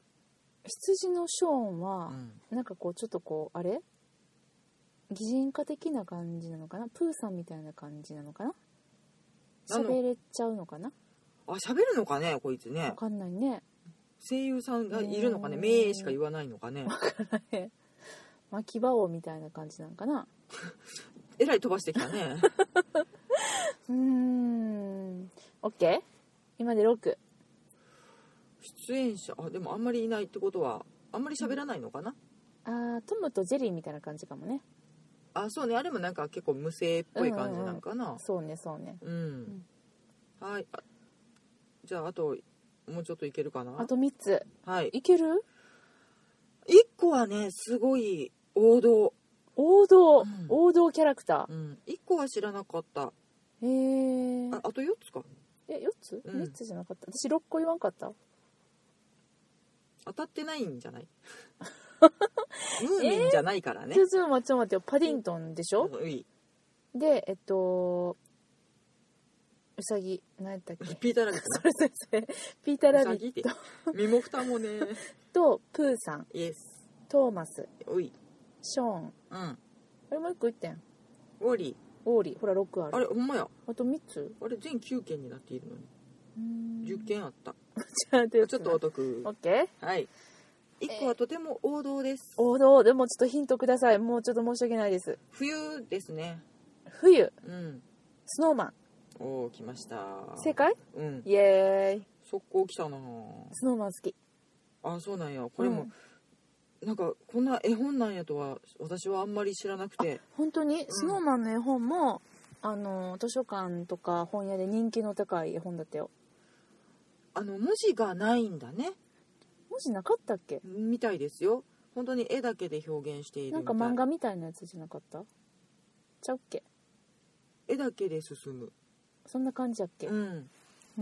S1: 羊のショーンは、
S2: うん
S1: なんかこうちょっとこうあれ擬人化的な感じなのかなプーさんみたいな感じなのかな
S2: あの
S1: 喋れちゃうのかな
S2: あ喋るのかねこいつね
S1: わかんないね
S2: 声優さんがいるのかね
S1: うん
S2: 名しか言わないのかね
S1: 巻き場王みたいな感じなのかな
S2: えらい飛ばしてきたね
S1: うーん OK 今で6
S2: 出演者あでもあんまりいないってことはあんまり喋らないのかな、
S1: あートムとジェリーみたいな感じかもね
S2: あそうねあれもなんか結構無声っぽい感じなんかな
S1: そうねそうね
S2: うん、はいあじゃああともうちょっといけるかな
S1: あと3つ
S2: はい
S1: いける
S2: 1個はねすごい王道、
S1: 王道、
S2: うん
S1: 王道キャラクタ
S2: うん、1個は知らなかった
S1: ーへー
S2: ああと4つか
S1: え4つ
S2: うん
S1: ?3 つじゃなかった私6個言わんかった
S2: 当たってないんじゃない ムーミンじゃないからね、
S1: ちょちょ待って待ってよパディントンでしょ、
S2: うい
S1: でえっとうさぎ何やったっ け
S2: ピーターラビッ
S1: それそれそれピーター・ラ
S2: ト
S1: ビ
S2: ウサギ
S1: ッ
S2: って身も蓋もね
S1: トとプーさん
S2: イエス
S1: トーマス
S2: うい
S1: ショーン
S2: うん
S1: あれもう一個言ったやん
S2: ウォーリ
S1: オーリーほら6あ
S2: ー
S1: る
S2: あ
S1: あ
S2: れほんまや
S1: と3つ
S2: あれ全9件になっているのに
S1: うーん
S2: 10件あった
S1: じゃあ
S2: ちょっとお得
S1: オッケー
S2: はい1個はとても王道です、
S1: 王道でもちょっとヒントくださいもうちょっと申し訳ないです
S2: 冬ですね
S1: 冬
S2: うん
S1: スノーマン
S2: おお来ました
S1: 正解
S2: うん
S1: イエーイ
S2: 速攻来たな
S1: スノーマン好き
S2: あそうなんやこれも、なんかこんな絵本なんやとは私はあんまり知らなくて
S1: 本当にスノーマンの絵本も、あの図書館とか本屋で人気の高い絵本だったよ
S2: あの文字がないんだね
S1: 文字なかったっけ
S2: みたいですよ本当に絵だけで表現している
S1: な
S2: み
S1: ん
S2: た
S1: か
S2: い
S1: 漫画みたいなやつじゃなかったちゃうっけ
S2: 絵だけで進む
S1: そんな感じやっけう
S2: うん
S1: ー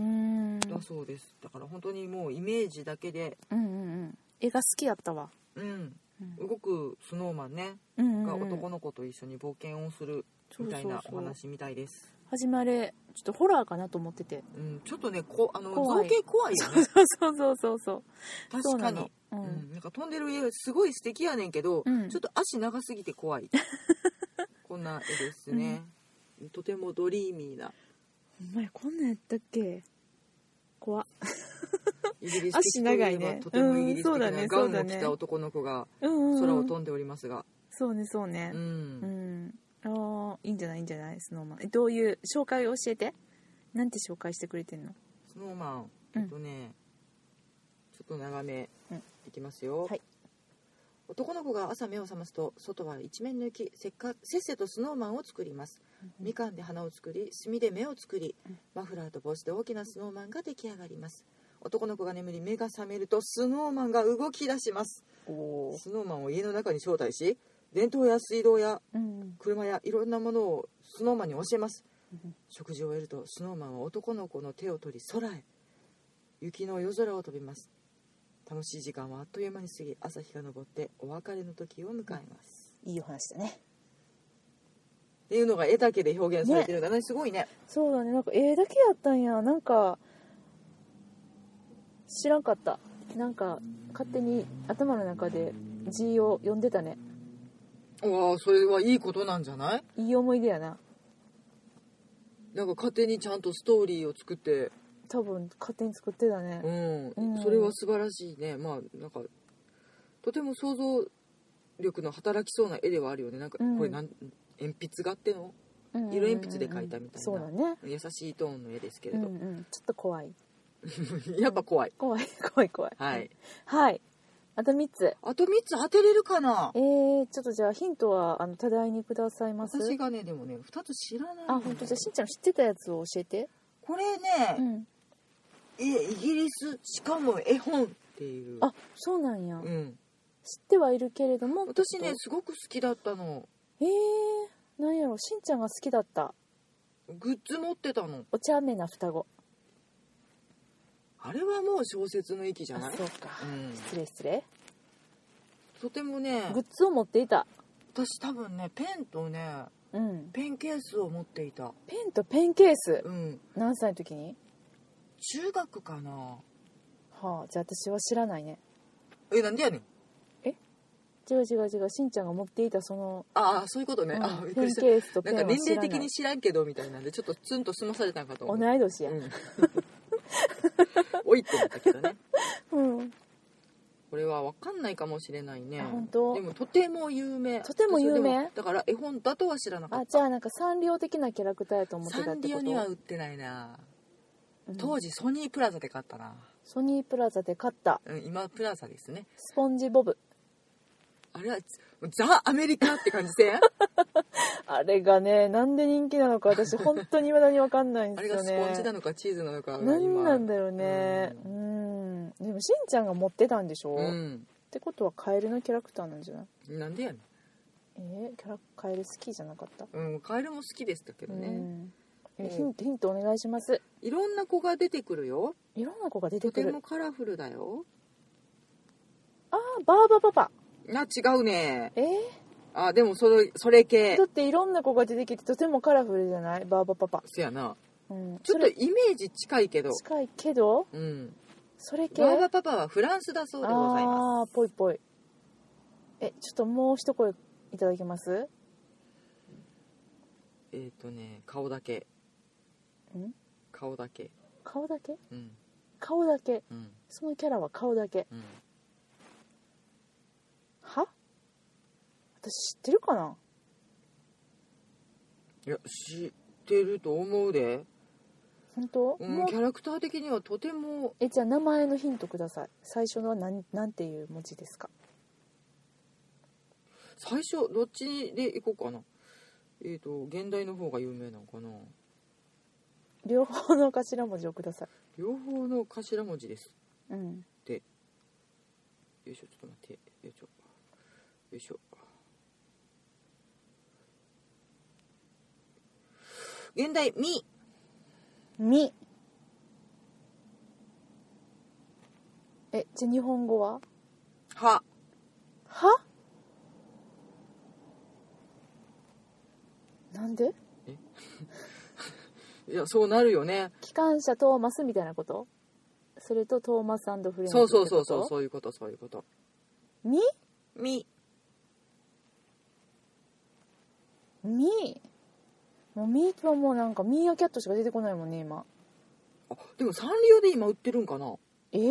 S1: んうん
S2: だそうですだから本当にもうイメージだけで
S1: うんうん絵が好きやったわ
S2: うん
S1: うん
S2: 動くスノーマンね
S1: うんうん
S2: が
S1: うん
S2: 男の子と一緒に冒険をするみたい
S1: そう
S2: な
S1: そう
S2: お
S1: そう
S2: 話みたいです
S1: 始まれちょっとホラーかなと思ってて
S2: うんちょっとねこあの
S1: 怖
S2: 造
S1: い
S2: 形怖いよね
S1: そうそうそうそうそう
S2: 確
S1: な
S2: か
S1: の
S2: に
S1: う
S2: うんん、なんか飛んでる家すごい素敵やねんけど、
S1: うん
S2: ちょっと足長すぎて怖い こんな絵ですね、とてもドリーミーな
S1: お前こんなんやったっけ怖っ
S2: イギリス的といえば
S1: 足長いね
S2: とてもイギリス
S1: うんそう
S2: 的
S1: だ
S2: な
S1: ね
S2: ガ
S1: そう
S2: ウン
S1: だ
S2: を
S1: ね
S2: 着た男の子が
S1: うんうんうん
S2: 空を飛んでおりますが、
S1: そうねそうね
S2: うん
S1: うん、ああいいんじゃないいいんじゃないスノーマンえどういう紹介を教えてなんて紹介してくれてんの
S2: スノーマ
S1: う
S2: ン
S1: ん
S2: えっとね、ちょっと長め
S1: うん
S2: いきますよ、
S1: はい
S2: 男の子が朝目を覚ますと外は一面の雪せっかせっせとスノーマンを作りますみかんで花を作り炭で目を作り
S1: うん
S2: マフラーと帽子で大きなスノーマンが出来上がります男の子が眠り目が覚めるとスノーマンが動き出します
S1: おー
S2: スノーマンを家の中に招待し電灯や水道や
S1: うん
S2: 車やいろんなものをスノーマンに教えます
S1: うん
S2: 食事を終えるとスノーマンは男の子の手を取り空へ雪の夜空を飛びます楽しい時間はあっという間に過ぎ朝日が昇ってお別れの時を迎えます、
S1: いいお話だね
S2: っていうのが絵だけで表現されてるんだねすごいね
S1: そうだねなんか絵だけやったんやなんか知らんかったなんか勝手に頭の中で字を読んでたね
S2: わあそれはいいことなんじゃない
S1: いい思い出やな
S2: なんか勝手にちゃんとストーリーを作って
S1: 多分勝手に作ってたね
S2: うん、
S1: うん
S2: それは素晴らしいねまあなんかとても想像力の働きそうな絵ではあるよねなんか
S1: うん
S2: これなん、鉛筆があっての
S1: うんうんうんうん
S2: 色鉛筆で描いたみたいな
S1: そうだね
S2: 優しいトーンの絵ですけ
S1: う
S2: れ
S1: ん
S2: ど、
S1: うんちょっと怖い
S2: やっぱ怖い
S1: 怖い怖い怖い
S2: はい
S1: はいあと3つ
S2: あと3つ当てれるかな
S1: えー、ちょっとじゃあヒントはあの多大にくださいます
S2: 私がねでもね2つ知らない
S1: あ本当じゃあしんちゃんの知ってたやつを教えて
S2: これ
S1: う
S2: ね、
S1: ん
S2: えイギリスしかも絵本っていう
S1: あそうなんや、
S2: う
S1: 知
S2: ん
S1: ってはいるけれども
S2: 私
S1: ち
S2: ね
S1: ょっ
S2: すごく好きだったの
S1: とえー、なんやろしんちゃんが好きだった
S2: グッズ持ってたの
S1: お茶目な双子
S2: あれはもう小説の域じゃ
S1: あ
S2: ない
S1: そうか、
S2: うん
S1: 失礼失礼
S2: とてもね
S1: グッズを持っていた
S2: 私多分ねペンとね
S1: うん
S2: ペンケースを持っていた
S1: ペンとペンケース
S2: うん
S1: 何歳の時に
S2: 中学かな
S1: はあじゃあ私は知らないね
S2: えなんでやねん
S1: 違う違う違うしんちゃんが持っていたその、
S2: ああそういうことね、
S1: うん
S2: あびっく
S1: ペ
S2: り
S1: ン
S2: した
S1: ケースとペ
S2: な
S1: ン
S2: ん
S1: は
S2: か
S1: 知らない
S2: 年齢的に知らんけどみたいなんでちょっとツンと済まされたんかと思
S1: 同
S2: う
S1: い年や
S2: うん おいってなったけどね
S1: うん、
S2: これは分かんないかもしれないね
S1: あ本当
S2: でもとても有名
S1: とても有名
S2: 私はでもだから絵本だとは知らなか
S1: あ
S2: っ
S1: じ
S2: た
S1: ゃあなんかサンリオ的なキャラクターやと思ってたってこ
S2: サ
S1: と
S2: ンリオには売ってないな、
S1: うん
S2: 当時ソニープラザで買ったな、
S1: ソニープラザで買った
S2: うん、今プラザですね
S1: スポンジボブ
S2: あれはザ・アメリカって感じ で
S1: あれがねなんで人気なのか私本当に未だに分かんないん
S2: あ
S1: で
S2: れ
S1: すよ
S2: が
S1: ね
S2: スポンジなのかチーズなのかが
S1: 何
S2: 今
S1: なんだよね
S2: う
S1: うんでもしんちゃんが持ってたんでしょ、
S2: う
S1: っ
S2: ん、
S1: てことはカエルのキャラクターなんじゃない
S2: なんでやねん、
S1: えー、キャラカエル好きじゃなかった、
S2: うん、カエルも好きでしたけどね、
S1: うんえ
S2: うん
S1: ヒントヒントお願いします
S2: いろんな子が出てくるよ
S1: いろんな子が出て
S2: と
S1: く
S2: て
S1: る
S2: もカラフルだよ
S1: あーバーバパパ
S2: な違うね
S1: え
S2: あでもそれそれ
S1: ー、
S2: 系
S1: だっていろんな子が出てきてとてもカラフルじゃないバーバパパ、
S2: そやな
S1: うん、
S2: ちょ
S1: そ
S2: っと
S1: れ
S2: イメージ近いけど
S1: 近いけど
S2: うん
S1: それ系
S2: バーバパパはフランスだそうでございます
S1: ああーぽいぽいえちょっともう一声いただけます
S2: えっ、とね顔だけ
S1: ん
S2: 顔だけ
S1: 顔だけ
S2: うん
S1: 顔だけ
S2: うん
S1: そのキャラは顔だけ
S2: うん
S1: は私知ってるかない
S2: や知ってると思うで、
S1: 本当、
S2: うん
S1: も、う
S2: キャラクター的にはとても
S1: えじゃあ名前のヒントください最初のは何なんていう文字ですか
S2: 最初どっちで行こうかなえっ、と現代の方が有名なのかな
S1: 両方の頭文字をください
S2: 両方の頭文字です
S1: うん
S2: よいしょちょっと待ってよいしょよいしょ現代み
S1: 「み」えじゃあ日本語は
S2: は
S1: 「は」なんで
S2: いやそうなるよね
S1: 機関車トーマスみたいなことそれとトーマスフレンチって
S2: そ
S1: こ
S2: う
S1: と
S2: そうそうそうそういうことそういうこと
S1: み
S2: み
S1: みもうミーはもうなんかミーアキャットしか出てこないもんね今
S2: あでもサンリオで今売ってるんかな
S1: え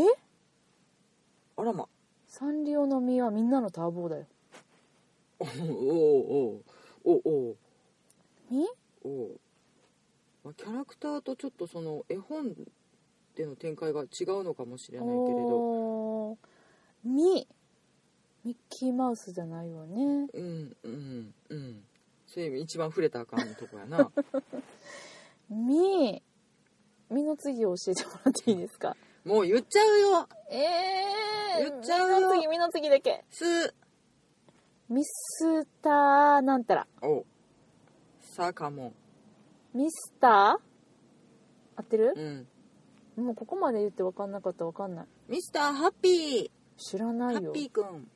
S2: あらま
S1: サンリオのミーはみんなのターボーだよ
S2: おうおうおうおう
S1: ミ
S2: おうおうまあキャラクターとちょっとその絵本での展開が違うのかもしれないけれど
S1: おーミミッキーマウスじゃないよね
S2: うんうんうんそういう意味一番触れたらあかんとこやな
S1: ミみの次を教えてもらっていいですか
S2: もう言っちゃうよ
S1: えー、
S2: 言っちゃう
S1: 身の
S2: よ
S1: 次身の次だけ
S2: す
S1: ミスターなんたら
S2: おさかも
S1: ミスター合ってる
S2: う、ん
S1: もうここまで言って分かんなかったら分かんない
S2: ミスターハッピ
S1: 知らな
S2: ー
S1: い
S2: ハ
S1: よ
S2: ッピーくん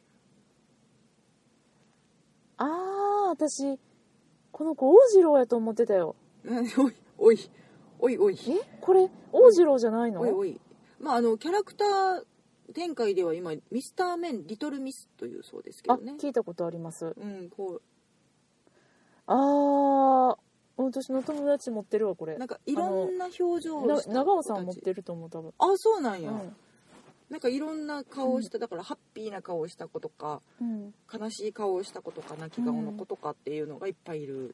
S1: ああ私この子王次郎やと思ってたよ
S2: うんおいおいおいおい
S1: えこれ王次郎じゃないの
S2: おいおいまああのキャラクター展開では今ミスターメンリトルミスというそうですけ
S1: あ
S2: どね
S1: 聞いたことあります
S2: うんこ
S1: あー私の友達持ってるわこれ
S2: う
S1: な
S2: な
S1: ん
S2: かいろんな表情をした
S1: 長尾さん持っ
S2: る
S1: てると思う多分
S2: あそうなんや、
S1: うん
S2: なんかいろんな顔をしただからハッピーな顔をした子とか
S1: うん、って
S2: 悲しい顔をした子とか泣き顔の子とかっていうのがいっぱいいる、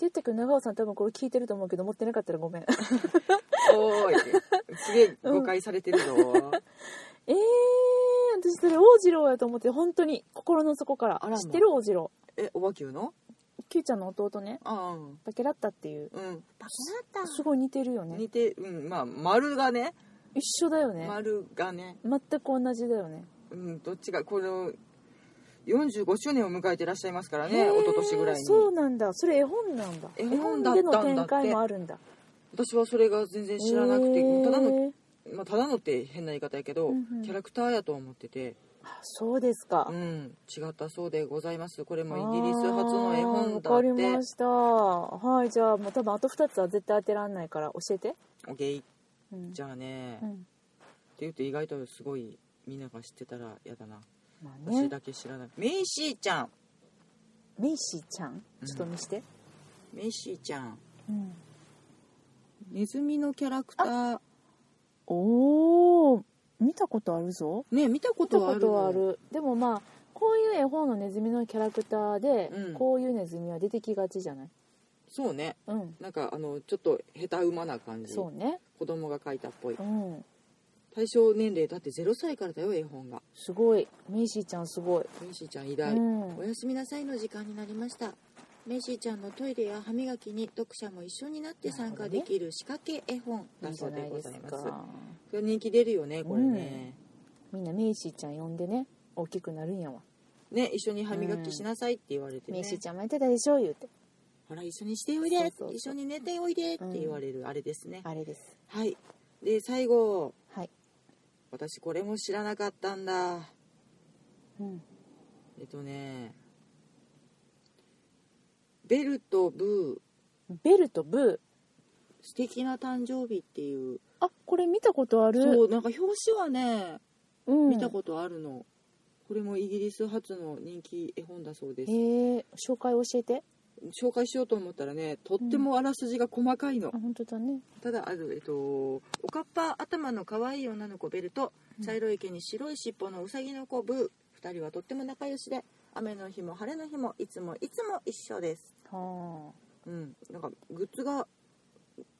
S1: 言ってくる長尾さん多分これ聞いてると思うけど持ってなかったらごめん
S2: おーいすげえ誤解されてるぞ、
S1: えー、私それ王次郎やと思って本当に心の底から
S2: あらま
S1: 知ってる王次郎
S2: えおばきゅうの
S1: キューちゃんの弟ね
S2: あうん
S1: バケラッタっていう
S2: うんバカ
S1: すごい似てるよね
S2: 似てうんまあ丸がね
S1: 一緒だよね
S2: 丸がね、
S1: 全く同じだよね
S2: うん、どっちがこの45周年を迎えてらっしゃいますからね
S1: へー
S2: 一昨年ぐらいに
S1: そうなんだそれ絵本なんだ
S2: 絵本だった
S1: 絵
S2: んだっ
S1: 本
S2: て
S1: での展開もあるんだ
S2: 私はそれが全然知らなくて、
S1: へー
S2: ただの、まあ、ただのって変な言い方やけど、
S1: うんうん
S2: キャラクターやと思ってて
S1: あそうですか、
S2: うん、違ったそうでございます。これもイギリス発の絵本
S1: あーわかり
S2: だっ
S1: ま
S2: て。
S1: したはいじゃあもう多分あと2つは絶対当てらんないから教えて、
S2: オッケー、
S1: うん、
S2: じゃあね、
S1: う
S2: って
S1: ん
S2: 言うと意外とすごいみんなが知ってたらやだな。
S1: まあ
S2: 私
S1: ね
S2: だけ知らない。メイシーちゃん、
S1: メイシーちゃん
S2: うん
S1: ちょっと見して、
S2: メイシーちゃん、
S1: うん
S2: ネズミのキャラクター。
S1: おお見たことあるぞ
S2: ね、見たこ
S1: 見た
S2: とは
S1: こ
S2: ある。
S1: とはあるでもまあこういう絵本のネズミのキャラクターで、
S2: うん
S1: こういうネズミは出てきがちじゃない
S2: そうね、
S1: うん
S2: なんかあのちょっと下手馬な感じ。
S1: そうね
S2: 子供が描いたっぽい。
S1: うん
S2: 対象年齢だって0歳からだよ絵本が。
S1: すごいメイシーちゃんすごい、
S2: メイシーちゃん偉大。
S1: うん
S2: おやすみなさいの時間になりましたメイシーちゃんのトイレや歯磨きに読者も一緒になって参加できる仕掛け絵本
S1: い
S2: だ
S1: いじ
S2: そ
S1: ゃ
S2: う
S1: な
S2: で
S1: い
S2: ご
S1: で
S2: ざ
S1: す
S2: います
S1: か
S2: これ人気出るよねこれね、
S1: みんなメイシーちゃん呼んでね大きくなるんやわ、
S2: ね一緒に歯磨きしなさいって言われて
S1: メ
S2: ね、
S1: イシーちゃんもやってたでしょ言うて
S2: ほら一緒にしておいで
S1: そうそうそう
S2: 一緒に寝ておいでって言われるあれですね、
S1: あれです
S2: はいで最後
S1: はい、
S2: 私これも知らなかったんだ
S1: うん、
S2: えっとねベルとブ
S1: ベルとブ
S2: ー素敵な誕生日っていう
S1: ーあこれ見たことある
S2: そうなんか表紙はね
S1: うん、
S2: 見たことあるの、これもイギリス発の人気絵本だそうです
S1: へえ紹介教えて
S2: 紹介しようと思ったらねとってもあらすじが細かいの、
S1: あ本当だね
S2: ただあるえっとおかっぱ頭の可愛い女の子ベルと
S1: うん
S2: 茶色い毛に白い尻尾のうさぎの子ブー2人はとっても仲良しで雨の日も晴れの日もいつもいつも一緒です
S1: は
S2: うんなんかグッズが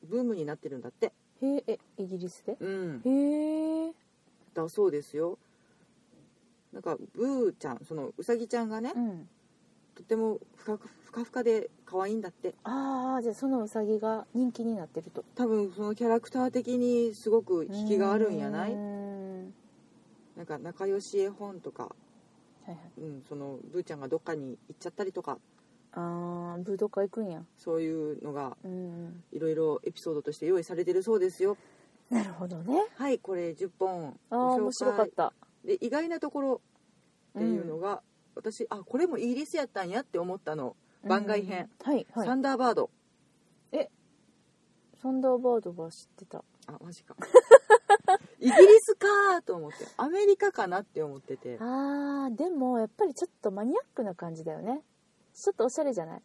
S2: ブームになってるんだって
S1: あへええイギリスで
S2: うん
S1: へえ
S2: だそうですよなんかブーちゃんそのうさぎちゃんがね、
S1: うん
S2: とてもふかふかふかで可愛いんだって
S1: ああじゃあそのウサギが人気になってると
S2: 多分そのキャラクター的にすごく引きがあるんやないう
S1: ーん
S2: なんか仲良し絵本とか、
S1: はいはい
S2: うん、そのブーちゃんがどっかに行っちゃったりとか
S1: ああ武道館行くんや
S2: そういうのが
S1: うん
S2: いろいろエピソードとして用意されてるそうですよ
S1: なるほどね
S2: はいこれ10本
S1: ああ面白かった
S2: で意外なところっていうのが、私あこれもイギリスやったんやって思ったの、番外編、
S1: うんはいはい
S2: サンダーバード
S1: サンダーバードは知ってた
S2: あマジ かイギリスかーと思ってアメリカかなって思ってて
S1: あーでもやっぱりちょっとマニアックな感じだよねちょっとおしゃれじゃない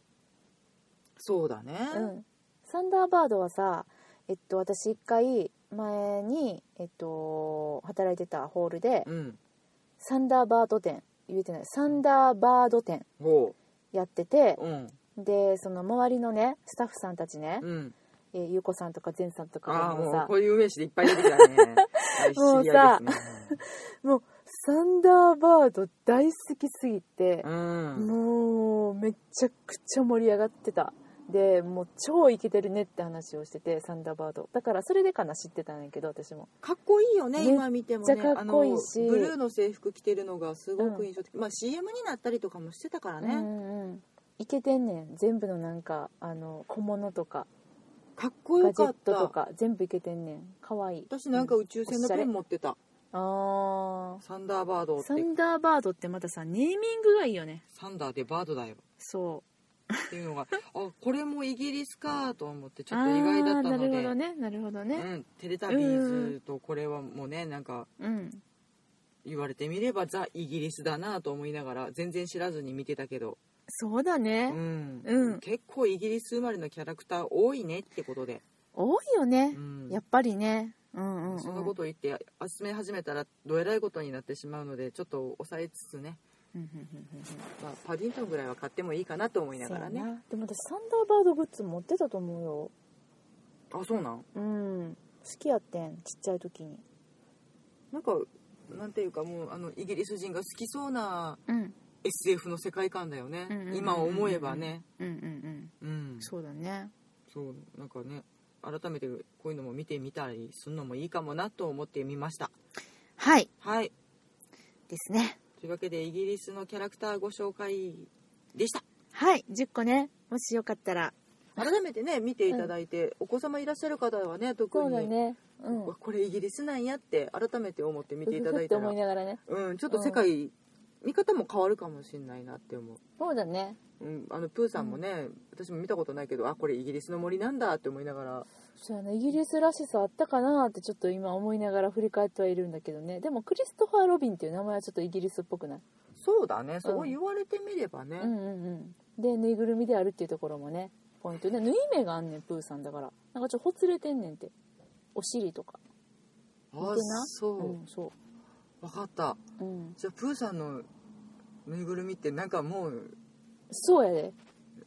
S2: そうだね、
S1: うんサンダーバードはさえっと私一回前にえっと働いてたホールで
S2: うん、
S1: サンダーバード展言えてないサンダーバード展
S2: ほ
S1: やってて
S2: う、うん、
S1: でその周りのねスタッフさんたちね、
S2: うん、
S1: えーゆうこさんとかぜんさんとか
S2: あ
S1: が
S2: あ
S1: もう
S2: もう
S1: さ
S2: こういう名詞でいっぱい出てきた ね。はい、
S1: も
S2: 知
S1: う
S2: り
S1: さ
S2: 合いですね。
S1: もうサンダーバード大好きすぎて
S2: う、ん、
S1: もうめちゃくちゃ盛り上がってたでもう超イケてるねって話をしててサンダーバードだからそれでかな知ってたんやけど私も
S3: かっこいいよね
S1: めっちゃ
S3: 今見てもね
S1: かっこいいし
S3: あのブルーの制服着てるのがすごく印象的、まあ CM になったりとかもしてたからね、
S1: うんうんイケてんねん全部のなんかあの小物とか
S3: かっこ
S1: ガ
S3: よ
S1: ジェ
S3: か
S1: ッ
S3: っ
S1: トと
S3: た
S1: か全部いけてんねんかわいい
S3: 私なんか宇宙船のペン持ってた、
S1: あ
S3: サンダーバード
S1: ー
S3: って
S1: サンダーバードってまたさネーミングがいいよね
S2: サンダーでバードだよ
S1: そう
S2: っていう のがあこれもイギリスかと思ってち
S1: ち
S2: ょっと意外だったの
S1: なるほ
S2: で、
S1: どねなるほど
S2: う
S1: ね
S2: ん、テレタビーズとこれはもうねなんか
S1: うん
S2: 言われてみればザ・イギリスだなと思いながら全然知らずに見てたけど、
S1: そうだ
S2: う
S1: ね
S2: ん
S1: うん
S2: 結構イギリス生まれのキャラクター多いねってことで、
S1: 多いよね
S2: うん
S1: やっぱりねうんうんうん
S2: そんなこと言って集め始めたらどえらいことになってしまうのでちょっと抑えつつね、
S1: うんうんうんうんうん
S2: まあ、パディントンぐらいは買ってもいいかなと思いながら
S1: そうや
S2: ね
S1: なでも私サンダーバードグッズ持ってたと思うよ
S2: あそうなん
S1: うん好きやってんちっちゃい時に
S2: なんかなんていうかもうあのイギリス人が好きそうな
S1: うん
S2: SF の世界観だよね、
S1: うんうんうんうんうん
S2: 今思えばね、
S1: うんうんうん
S2: うん、
S1: そうだね
S2: そうなんかね改めてこういうのも見てみたりするのもいいかもなと思ってみました
S1: はい
S2: はい
S1: ですね
S2: というわけでイギリスのキャラクターご紹介でした
S1: はい10個ねもしよかったら
S3: 改めてね見ていただいて、お子様いらっしゃる方はね特に
S1: ねうん
S2: わこれイギリスなんやって改めて思って見ていただい
S1: って
S2: た
S1: 思
S2: ら
S1: いながらね
S2: うんちょっと世界、見方も変わるかもしれないなって思う
S1: そうだね
S2: うん、あのプーさんもね、私も見たことないけどあこれイギリスの森なんだって思いながら
S1: そうやなイギリスらしさあったかなってちょっと今思いながら振り返ってはいるんだけどねでもクリストファー・ロビンっていう名前はちょっとイギリスっぽくない
S2: そうだねそう言われてみればね、
S1: うんうんうんでぬいぐるみであるっていうところもねポイントで縫い目があんねんプーさんだからなんかちょっとほつれてんねんってお尻とか
S2: あ
S1: 似てな
S2: そう、
S1: うんそ
S2: 分かった
S1: う、うん、
S2: じゃあプーさんのぬいぐるみってなんかもう
S1: そうやで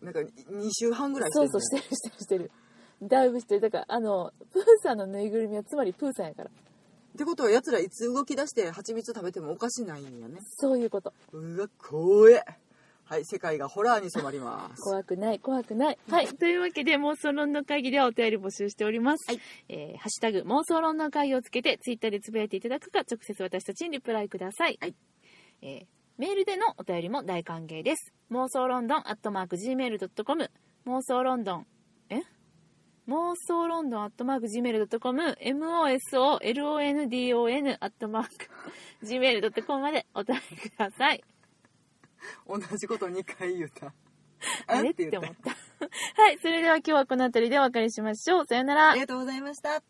S2: なんか2週半ぐらいして
S1: そ
S2: る
S1: うそう
S2: ね
S1: してるしてるしてるだいぶしてるだからあのプーさんのぬいぐるみはつまりプーさんやから
S2: ってことはやつらいつ動き出して蜂蜜食べてもおかしないんやね
S1: そういうこと
S2: うわ怖えはい世界がホラーに染まります
S1: 怖くない怖くないはいというわけで妄想論の会議ではお便り募集しております、
S2: はい
S1: えーハッシュタグ妄想論の会議をつけてツイッターでつぶやいていただくか直接私たちにリプライください、
S2: はい
S1: えーメールでのお便りも大歓迎です妄想ロンドンアットマーク Gmail.com 妄想ロンドンえ妄想ロンドンアットマーク Gmail.com MOSOLONDON アットマーク Gmail.com までお便りください
S2: 同じこと2回言った
S1: あれ
S2: ん
S1: って思った。はい、それでは今日はこの辺りでお別れしましょう。さよなら
S2: あり。がとうございました